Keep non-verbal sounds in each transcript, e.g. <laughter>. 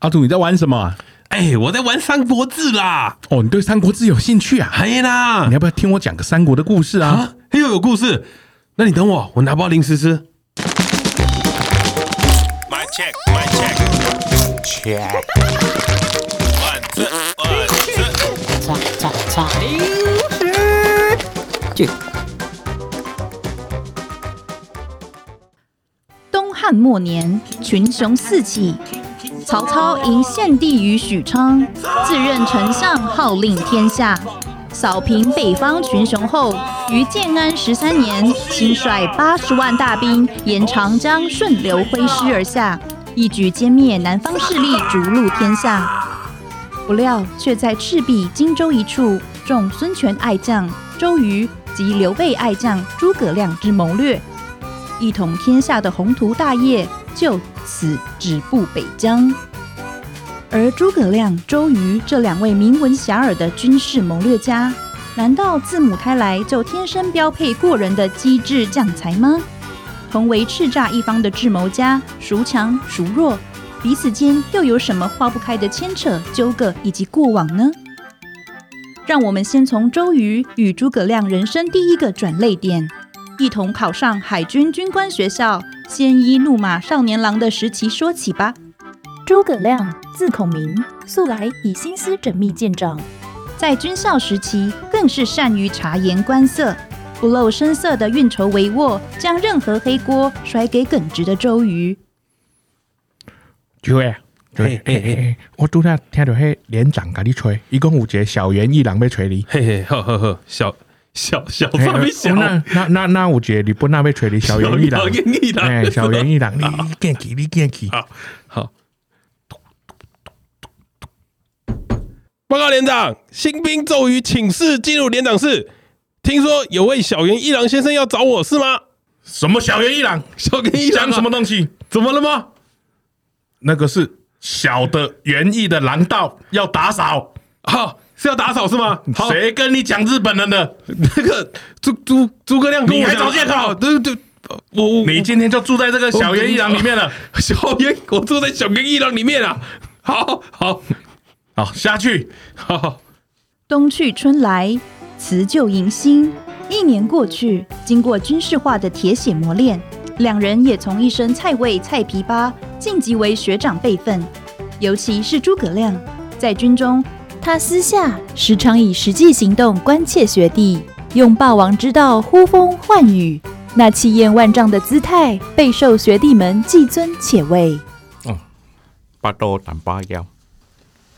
阿土，你在玩什么啊？哎、我在玩《三国志》啦，哦，你对《三国志》有兴趣啊？ <laughs> 嘿啦你，要不要听我讲个三国的故事啊？啊，又有故事。那你等我，我拿包零食吃。 My check, my check. Check. One, two, one, two. 叉叉叉东汉末年，群雄四起，曹操迎献帝于许昌，自任丞相，号令天下。扫平北方群雄后，于建安十三年，亲率八十万大兵沿长江顺流挥师而下，一举歼灭南方势力，逐鹿天下。不料却在赤壁、荆州一处中孙权爱将周瑜及刘备爱将诸葛亮之谋略，一统天下的宏图大业就此止步北疆。而诸葛亮、周瑜这两位名闻遐迩的军事谋略家，难道自母胎来就天生标配过人的机智将才吗？同为叱咤一方的智谋家，孰强孰弱？彼此间又有什么化不开的牵扯、纠葛以及过往呢？让我们先从周瑜与诸葛亮人生第一个转泪点一同考上海军军官学校“鲜衣怒马少年郎”的时期说起吧。诸葛亮，字孔明，素来以心思缜密见长，在军校时期，更是善于察言观色，不露声色的运筹帷幄，将任何黑锅甩给耿直的周瑜。九月，嘿嘿嘿，啊我拄则听到迄连长甲你吹，伊讲有一个小圆一郎要吹 <laughs> 你。嘿嘿，呵呵呵，小小小嘿啥咪小哎哦那那那那有一个日本那要吹你小圆一啊郎，一郎哎，小圆一郎， <laughs> 你见起你见起，好好。报告连长，新兵骤于请示进入连长室。听说有位小圆一郎先生要找我，是吗？什么小圆一郎？小圆一郎啊讲什么？东西？怎么了吗？那个是小的园艺的廊道要打扫，好、是要打扫是吗？好，谁跟你讲日本人的？那个诸诸诸葛亮跟我你还讲找借口对对，呃我我你今天就住在这个小圆一郎里面了。小圆，我坐在小圆一郎里面啊。好好 <laughs> 好，下去。好，冬去春来，辞旧迎新。一年过去，经过军事化的铁血磨练，两人也从一身菜味、菜皮吧晋级为学长辈分。尤其是诸葛亮，在军中他私下时常以实际行动关切学弟，用霸王之道呼风唤雨，那气焰万丈的姿态备受学弟们既尊且畏。巴肚淡巴腰，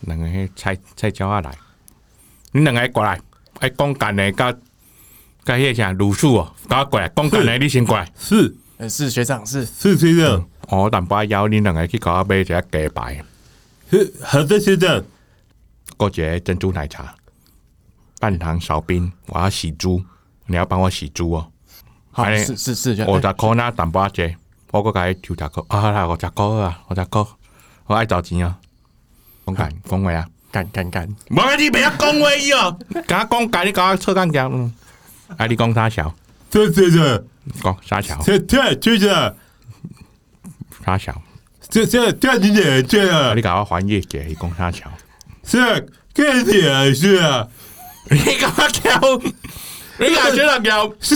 两个迄菜菜鸟仔来，你两个过来，爱讲干的甲甲迄个啥鲁肃哦，甲我过来，讲干的你先过来。是呃，是学长，是嗯是学长，哦，淡巴腰，你两个去甲我买一个鸡排，是好的学长，搁一个珍珠奶茶，半糖少冰，我要洗猪，你要帮我洗猪哦。好，哎是是是学长，五十箍那淡薄仔济，我搁甲伊抽十箍啊，好啦，五十箍啊，五十箍，我爱找钱啊。讲干讲话啊，干干干，无你袂晓讲话伊哦，甲我讲干，你甲我错干交。嗯啊，你讲啥潲？这学长，讲啥潲？这这学长，啥潲？这这这你也这啊，样你，甲我翻译者，伊讲啥潲？是这你也是啊， <laughs> 你甲我交，你甲学人 <laughs> 交，啊是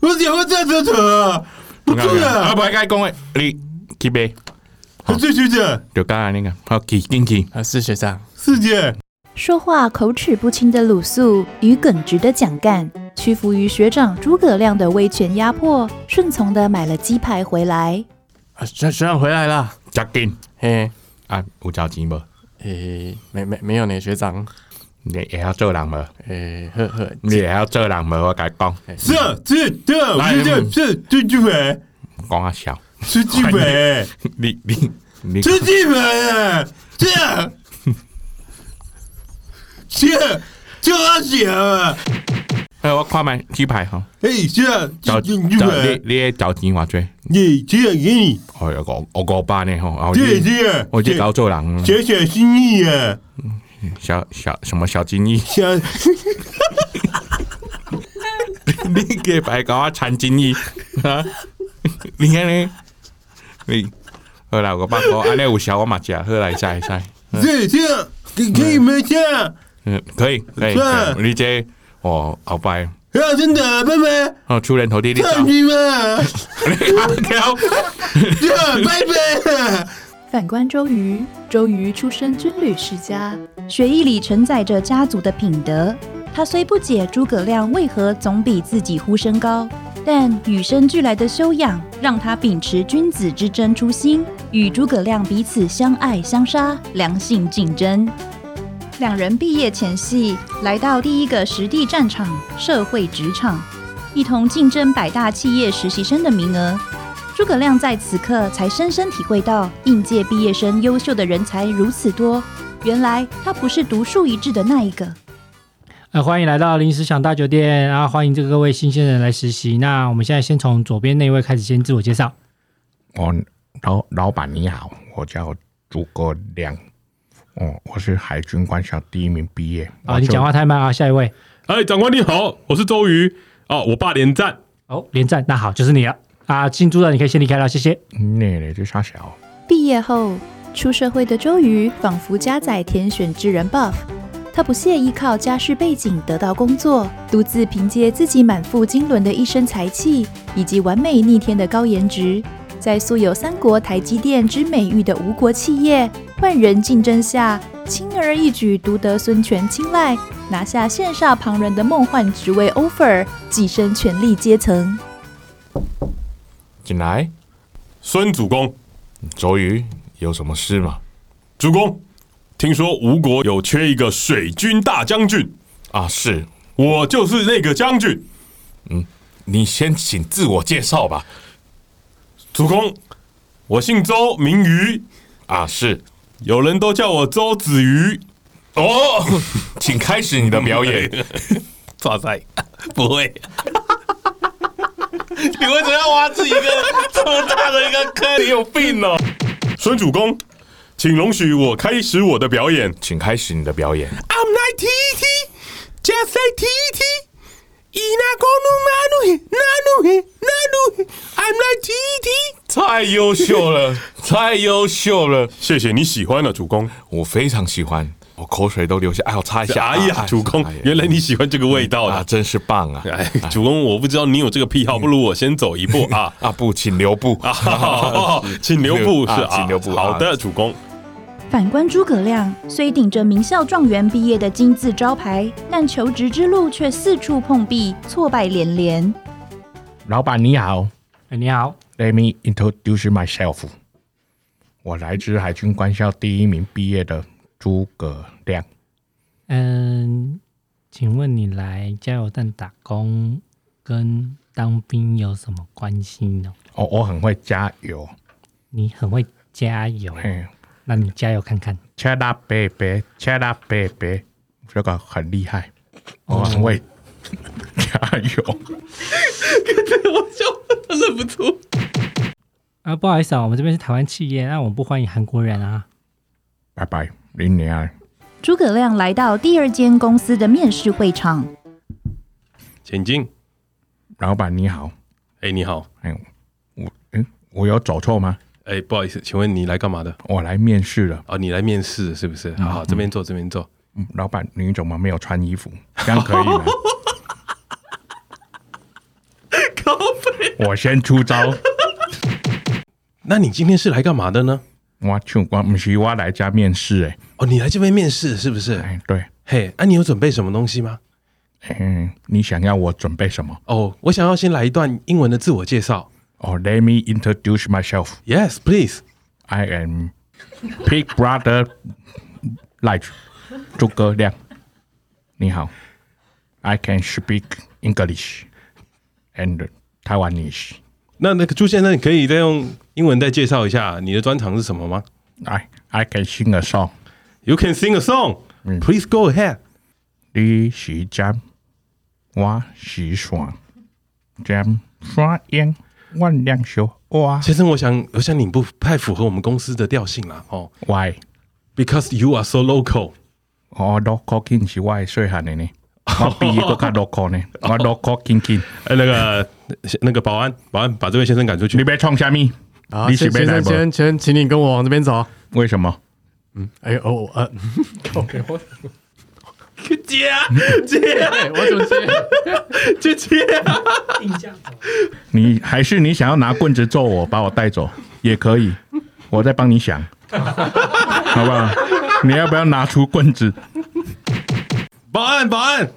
我怎么这么扯？不我对啊，啊，袂甲伊讲话，你去买，这学长就甲安尼个，好去进去。呃，是学长，是的，说话口齿不清的鲁肃与耿直的蒋干，屈服于学长诸葛亮的威权压迫，顺从的买了鸡排回来。啊学学长回来啦，食紧嘿，啊，有交钱无？诶，没没没有呢，学长，你会晓做人无？诶，呵呵，你会晓做人无？我甲伊讲，是是的，我是嗯这是这句伟，讲啊潲。是句伟，你你你是句伟，这啊这这阿姐啊！哎，我看卖鸡排吼，哎，这样找你找你你你的找钱偌济？你这样给你，哦，有五五五百呢吼，啊我这这这我这搞做人，小小心意啊，小小什么小金翼，小 <laughs> 你 <laughs> 给白搞啊，产金翼啊，你看呢？你好啦，我百箍，安尼有小我嘛食，好来使使，这这，给可以没下？嗯，可以可以，可以嗯你这哦后摆啊，真的，拜拜，哦出人头地，你走，看你 <laughs> 们，了这拜拜。反观周瑜，周瑜出身军旅世家，血液里承载着家族的品德。他虽不解诸葛亮为何总比自己呼声高，但与生俱来的修养让他秉持君子之争初心，与诸葛亮彼此相爱相杀，良性竞争。两人毕业前夕来到第一个实地战场——社会职场，一同竞争百大企业实习生的名额。诸葛亮在此刻才深深体会到，应届毕业生优秀的人才如此多，原来他不是独树一帜的那一个。呃，欢迎来到临时想大酒店，然后欢迎这个各位新鲜人来实习。那我们现在先从左边那位开始，先自我介绍。哦，老老板你好，我叫诸葛亮，哦，我是海军官校第一名毕业。啊，你讲话太慢啊，下一位。哎，长官你好，我是周瑜。哦，我爸连战。哦，连战，那好，就是你了。啊，姓朱的你可以先离开了，谢谢。那嘞，这啥小？毕业后出社会的周瑜，仿佛加载天选之人 buff。他不屑依靠家世背景得到工作，独自凭借自己满腹经纶的一身才气以及完美逆天的高颜值，在素有“三国台积电”之美誉的吴国企业万人竞争下，轻而易举独得孙权青睐，拿下羡煞旁人的梦幻职位 offer，跻身权力阶层。进来，孙主公，周瑜有什么事吗？主公，听说吴国有缺一个水军大将军，啊，是嗯我就是那个将军。你先请自我介绍吧。主公，我姓周，名瑜，啊，是有人都叫我周子瑜。哦， <laughs> 请开始你的表演。哇 <laughs> 塞，不会。你为什么要挖自己一个这么大的一个坑？你有病哦！孙主公，请容许我开始我的表演。请开始你的表演。 I'm like TT, just like TT. Ina konu nanu he, nanu he, nanu he. I'm like TT. 太优秀 <laughs> 了，太优秀了，谢谢你喜欢了，主公。我非常喜欢，我口水都流下。哎，我擦一下。哎呀，主公，原来你喜欢这个味道啊，的。真是棒啊！。哎，主公，我不知道你有这个癖好，不如我先走一步啊啊不，请留步嗯啊， <laughs> 好请留步是啊啊，请留步好啊的，主公，反观诸葛亮，虽顶着名校状元毕业的金字招牌，但求职之路却四处碰壁，挫败连连。老板你好哎，你好， ，Let me introduce myself。我来自海军官校第一名毕业的诸葛亮。嗯，请问你来加油站打工跟当兵有什么关系呢？哦，我很会加油，你很会加油，嘿，那你加油看看。切拉贝贝，切拉贝贝，这个很厉害，我很会加油。啊，不好意思啊，我们这边是台湾企业，那我们不欢迎韩国人啊。拜拜，林娘。诸葛亮来到第二间公司的面试会场，请进。老板你好，哎，你好，哎，我嗯，我有走错吗？哎，不好意思，请问你来干嘛的？我来面试了。哦，你来面试是不是？好好，这边坐，这边坐。嗯老板，你怎么没有穿衣服？这样可以吗？我先出招，那你今天是来干嘛的呢？我去，我不是我来家面试诶、哦，你来这边面试是不是？哎，对，嘿，啊，你有准备什么东西吗？嗯，你想要我准备什么？哦，我想要先来一段英文的自我介绍。哦、l e t me introduce myself. Yes, please. I am Big Brother Light 诸葛亮。你好，I can speak English and Taiwanese. 那那个朱先生，你可以再用英文再介绍一下你的专长是什么吗 I I can sing a song. ？You can sing a song. Please go ahead. 你是尖，我是山，尖山烟，万两小哇。先生，我想，我想你不太符合我们公司的调性啦，哦 Why？ ，because you are so local。哦我 local king 是我的细汉的呢，我比伊更加 local 呢。我 <laughs> local king king，哎，那个那个保安，保安把这位先生赶出你去。要创啥物？啊，你是先先没来生，吧先先，请你跟我往这边走。为什么？哎呦，哦， <laughs> 呃，接啊接啊 <laughs> 哎，我怎么接？去 <laughs> 接啊！你还是你想要拿棍子揍我，把我带走也可以，我再帮你想，好不好？你要不要拿出棍子？保安保安，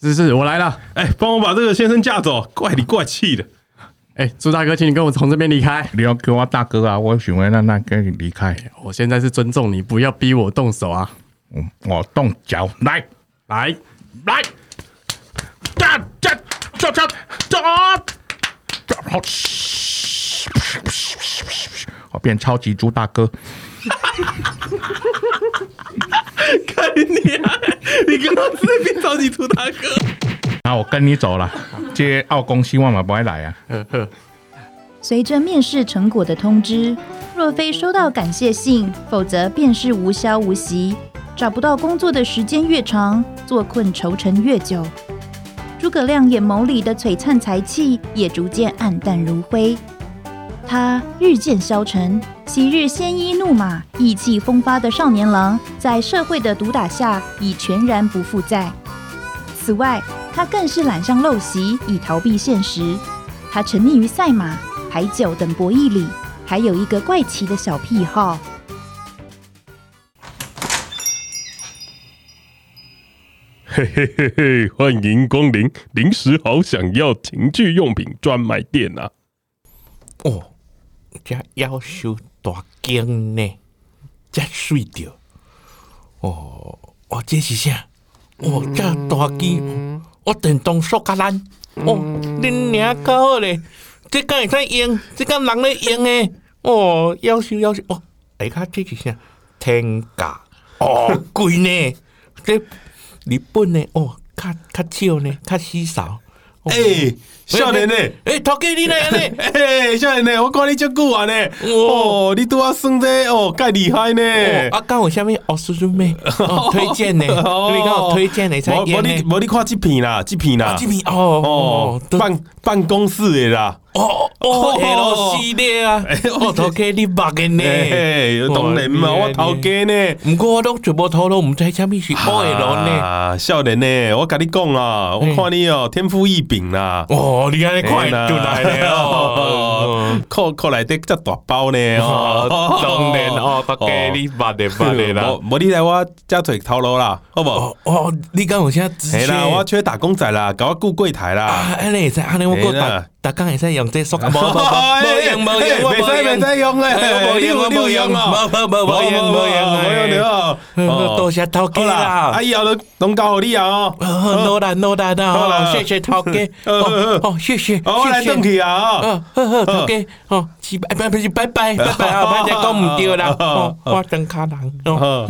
是是，我来了。哎，帮我把这个先生架走，怪里怪气的。哎，朱大哥，请你跟我从这边离开。你要给我大哥啊！我询问那那跟你离开，我现在是尊重你，不要逼我动手啊！我我动脚来来，来，站站走走走，好，哦我变超级猪大哥。看你啊，你跟他那边超级出大哥。啊，我跟你走了。这澳工希望嘛不会来啊。呵呵，随着面试成果的通知，若非收到感谢信，否则便是无消无息。找不到工作的时间越长，坐困愁城越久。诸葛亮眼眸里的璀璨才气也逐渐暗淡如灰，他日渐消沉。昔日鲜衣怒马、意气风发的少年郎，在社会的毒打下已全然不复在。此外，他更是染上陋习，以逃避现实。他沉溺于赛马、牌九等博弈里，还有一个怪奇的小癖好。嘿嘿嘿嘿，欢迎光临，临时好想要情趣用品专卖店啊！哦，这夭寿大惊呢，这水着。哦，哦，这是啥？哦，这大惊，我电动塑胶篮。哦，恁娘搞好咧，这敢会使用？这敢人咧用诶？哦，夭寿夭寿，哦，哎，看这是啥？天价，哦，贵呢，这日本呢，哦，较较少呢，较稀少。哦哎，少年呢？哎，头家你来安尼。 <laughs> 哎，少年呢？我看你足久啊呢。哦哦，你拄啊算这哦，介厉害哦，呢。啊，刚有下面哦，叔叔妹哦 어, 推荐呢，哦对，刚有推荐呢，才无无演呢你。无你看这片啦，这片啊啦这。边哦 어. 哦哦，都办办公室的啦。哦 어, 哦，L 系列啊，哦，头家你目的呢？ 네. 哎，当然嘛，哦我头。哎家呢。毋过我都全部透露，毋知啥物是 어, 아. O L 呢。哎啊，少年呢，我甲你讲啦，我看你哦，天赋异禀啦。哦，你安尼快就来了哦。 <laughs> 靠靠内底遮大包 <laughs> 呢，哦，当然哦，头家你捌的捌的啦。无无你来我遮做头路啦，好无？哦哦，你讲有啥资嘿讯？啦，我缺打工仔啦，甲我顾柜台啊 <laughs> 啦。，安尼会使，安尼我嘿个啦大大工会使用这塑 <laughs> 胶， 아, 无无无， 예, 无用无用，袂哎使袂使用诶，啊无无无无用无无啊用用了。 어. 哦，多谢头家好啦，啦啊，。以后都拢交互你啊哦。 no 啦 no 啦好啦谢谢头家，呃哦呃哦谢谢，哦， 어, 我来谢谢转，去啊哦。嗯呵呵头家，哦，是拜拜拜拜拜拜啊，反正讲唔对啦，哦，我等卡人，哦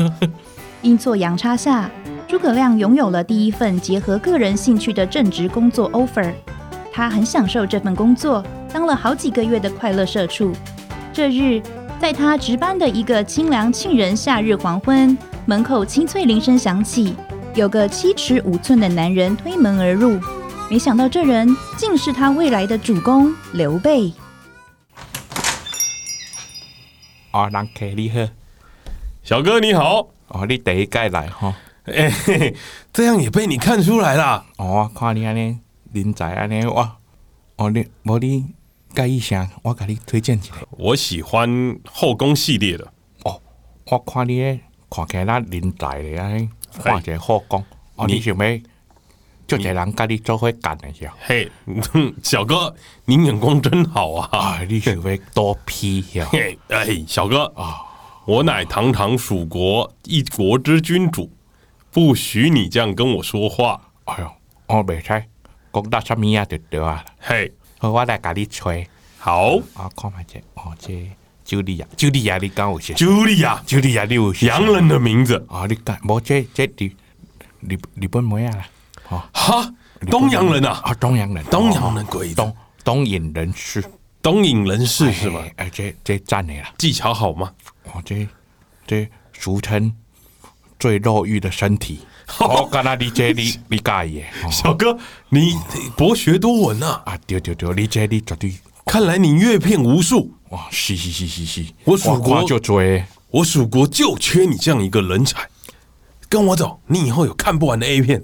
阴错阳差下，诸葛亮拥有了第一份结合个人兴趣的正职工作 offer。他很享受这份工作，当了好几个月的快乐社畜。这日，在他值班的一个清凉沁人夏日黄昏，门口清脆铃声响起，有个七尺五寸的男人推门而入。没想到这人竟是他未来的主公刘备。哦，人客你好，小哥你好，哦你第一届来吼，哎，嘿嘿 <laughs> 这样也被你看出来啦。哦我看你安尼人才安尼哇，哦你无你介意啥，我甲你推荐一个，我喜欢后宫系列的，哦我看你咧看起来咱人才咧安尼，看一个好讲，哦你你想要就一个人甲你做伙干的是吧嘿， <laughs> 哼小哥您眼光真好啊！啊你想要多批呀？嘿，哎，小哥啊，我乃堂堂蜀国一国之君主，不许你这样跟我说话。哎哟，我袂使讲到啥物啊就对啊啦。嘿，好，我来甲你吹，好，啊，看觅者，哦，这茱莉亚，茱莉亚你敢有写？茱莉亚，茱莉亚你有写？洋人的名字啊，你敢无这这日日日本妹啊啦，哦，哈，东洋人啊，啊，东洋人，东洋人鬼子，东东影人士东瀛人士是吗？哎，这这赞的啦，技巧好吗？哦，这这俗称最肉欲的身 <laughs> 体，哦哦我敢若你这 <laughs> 你你介意的？哦小哥，你你博学多闻啊，啊，对对对，你这你绝对看来你阅片无数。哇，是是是是是，我属我看国就追，我蜀国就缺你这样一个人才，跟我走，你以后有看不完的 A 片，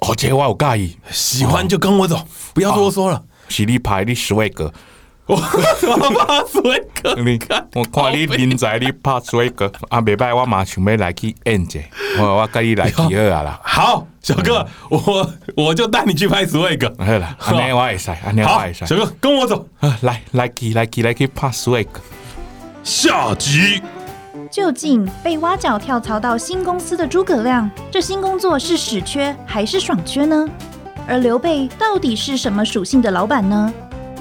哦，这我有介意，哦喜欢就跟我走，不要多说了。是你拍你十位哥， <laughs> 我我死维哥，你我看你人才，你拍十位哥，啊，袂歹，我嘛想要来去演者，我我甲你来去好啊啦，好，小哥，我我就带你去拍死维哥。好 <laughs> 啦，安尼我会使，安尼我好会，使小，哥跟我走。啊来来去来去来去拍十位哥，下集究竟被挖角跳槽到新公司的诸葛亮，这新工作是屎缺还是爽缺呢？而刘备到底是什么属性的老板呢？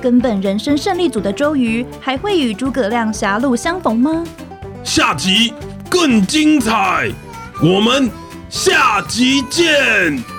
根本人生胜利组的周瑜还会与诸葛亮狭路相逢吗？下集更精彩，我们下集见。